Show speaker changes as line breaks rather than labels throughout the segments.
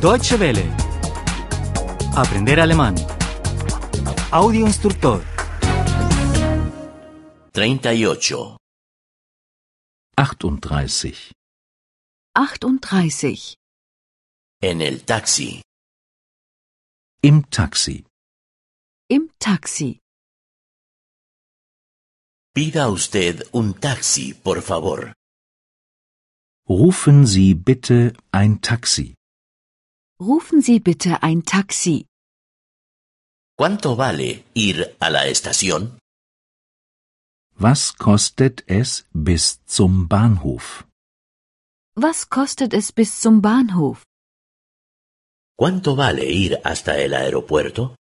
Deutsche Welle. Aprender alemán. Audio instructor.
38.
38.
38.
En el taxi.
Im Taxi.
Im Taxi.
Pida usted un taxi, por favor.
Rufen Sie bitte ein Taxi.
Rufen Sie bitte ein Taxi.
¿Cuánto vale ir a la estación?
Was kostet es bis zum Bahnhof?
Was kostet es bis zum Bahnhof?
¿Cuánto vale ir hasta el aeropuerto?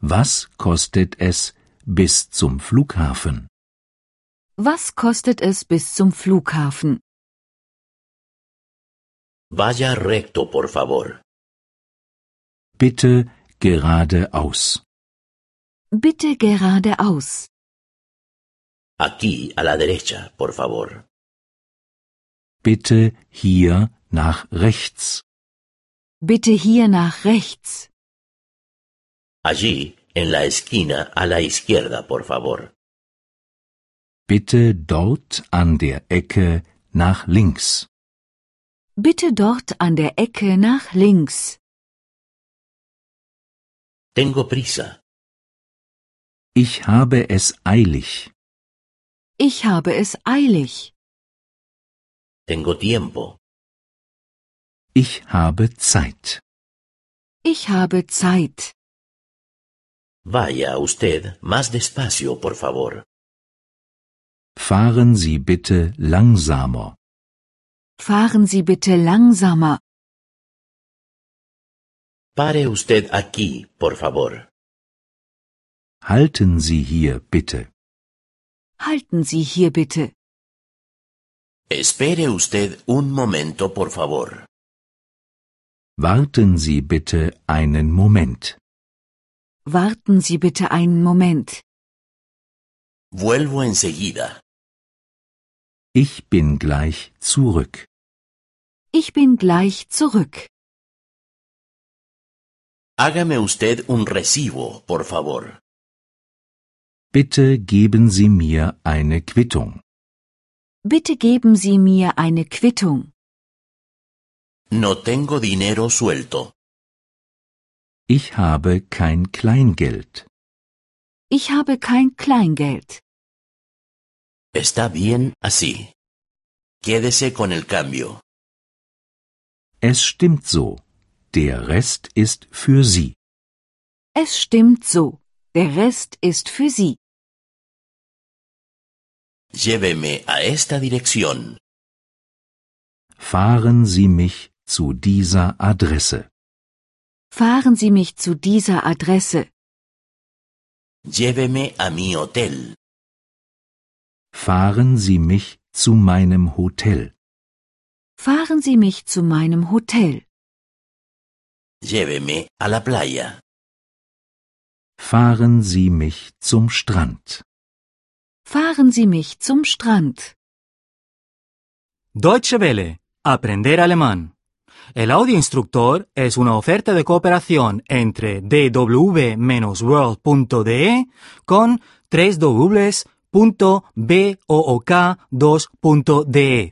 Was kostet es bis zum Flughafen?
Was kostet es bis zum Flughafen?
Vaya recto, por favor.
Bitte geradeaus.
Bitte geradeaus.
Aquí a la derecha, por favor.
Bitte hier nach rechts.
Bitte hier nach rechts.
Allí, en la esquina, a la izquierda, por favor.
Bitte dort an der Ecke nach links.
Bitte dort an der Ecke nach links.
Tengo prisa.
Ich habe es eilig.
Ich habe es eilig.
Tengo tiempo.
Ich habe Zeit.
Ich habe Zeit.
Vaya usted más despacio, por favor.
Fahren Sie bitte langsamer.
Fahren Sie bitte langsamer.
Pare usted aquí, por favor.
Halten Sie hier bitte.
Halten Sie hier bitte.
Espere usted un momento, por favor.
Warten Sie bitte einen Moment.
Warten Sie bitte einen Moment.
Vuelvo enseguida.
Ich bin gleich zurück.
Ich bin gleich zurück.
Hágame usted un recibo, por favor.
Bitte geben Sie mir eine Quittung.
Bitte geben Sie mir eine Quittung.
No tengo dinero suelto.
Ich habe kein Kleingeld.
Ich habe kein Kleingeld.
Está bien así. Quédese con el cambio.
Es stimmt so. Der Rest ist für Sie.
Es stimmt so. Der Rest ist für Sie.
Lléveme a esta dirección.
Fahren Sie mich zu dieser Adresse.
Fahren Sie mich zu dieser Adresse.
Lléveme a mi hotel.
Fahren Sie mich zu meinem Hotel.
Fahren Sie mich zu meinem Hotel.
Lléveme a la playa.
Fahren Sie mich zum Strand.
Fahren Sie mich zum Strand.
Deutsche Welle. Aprender alemán. El audio instructor es una oferta de cooperación entre dw-world.de con 3 2de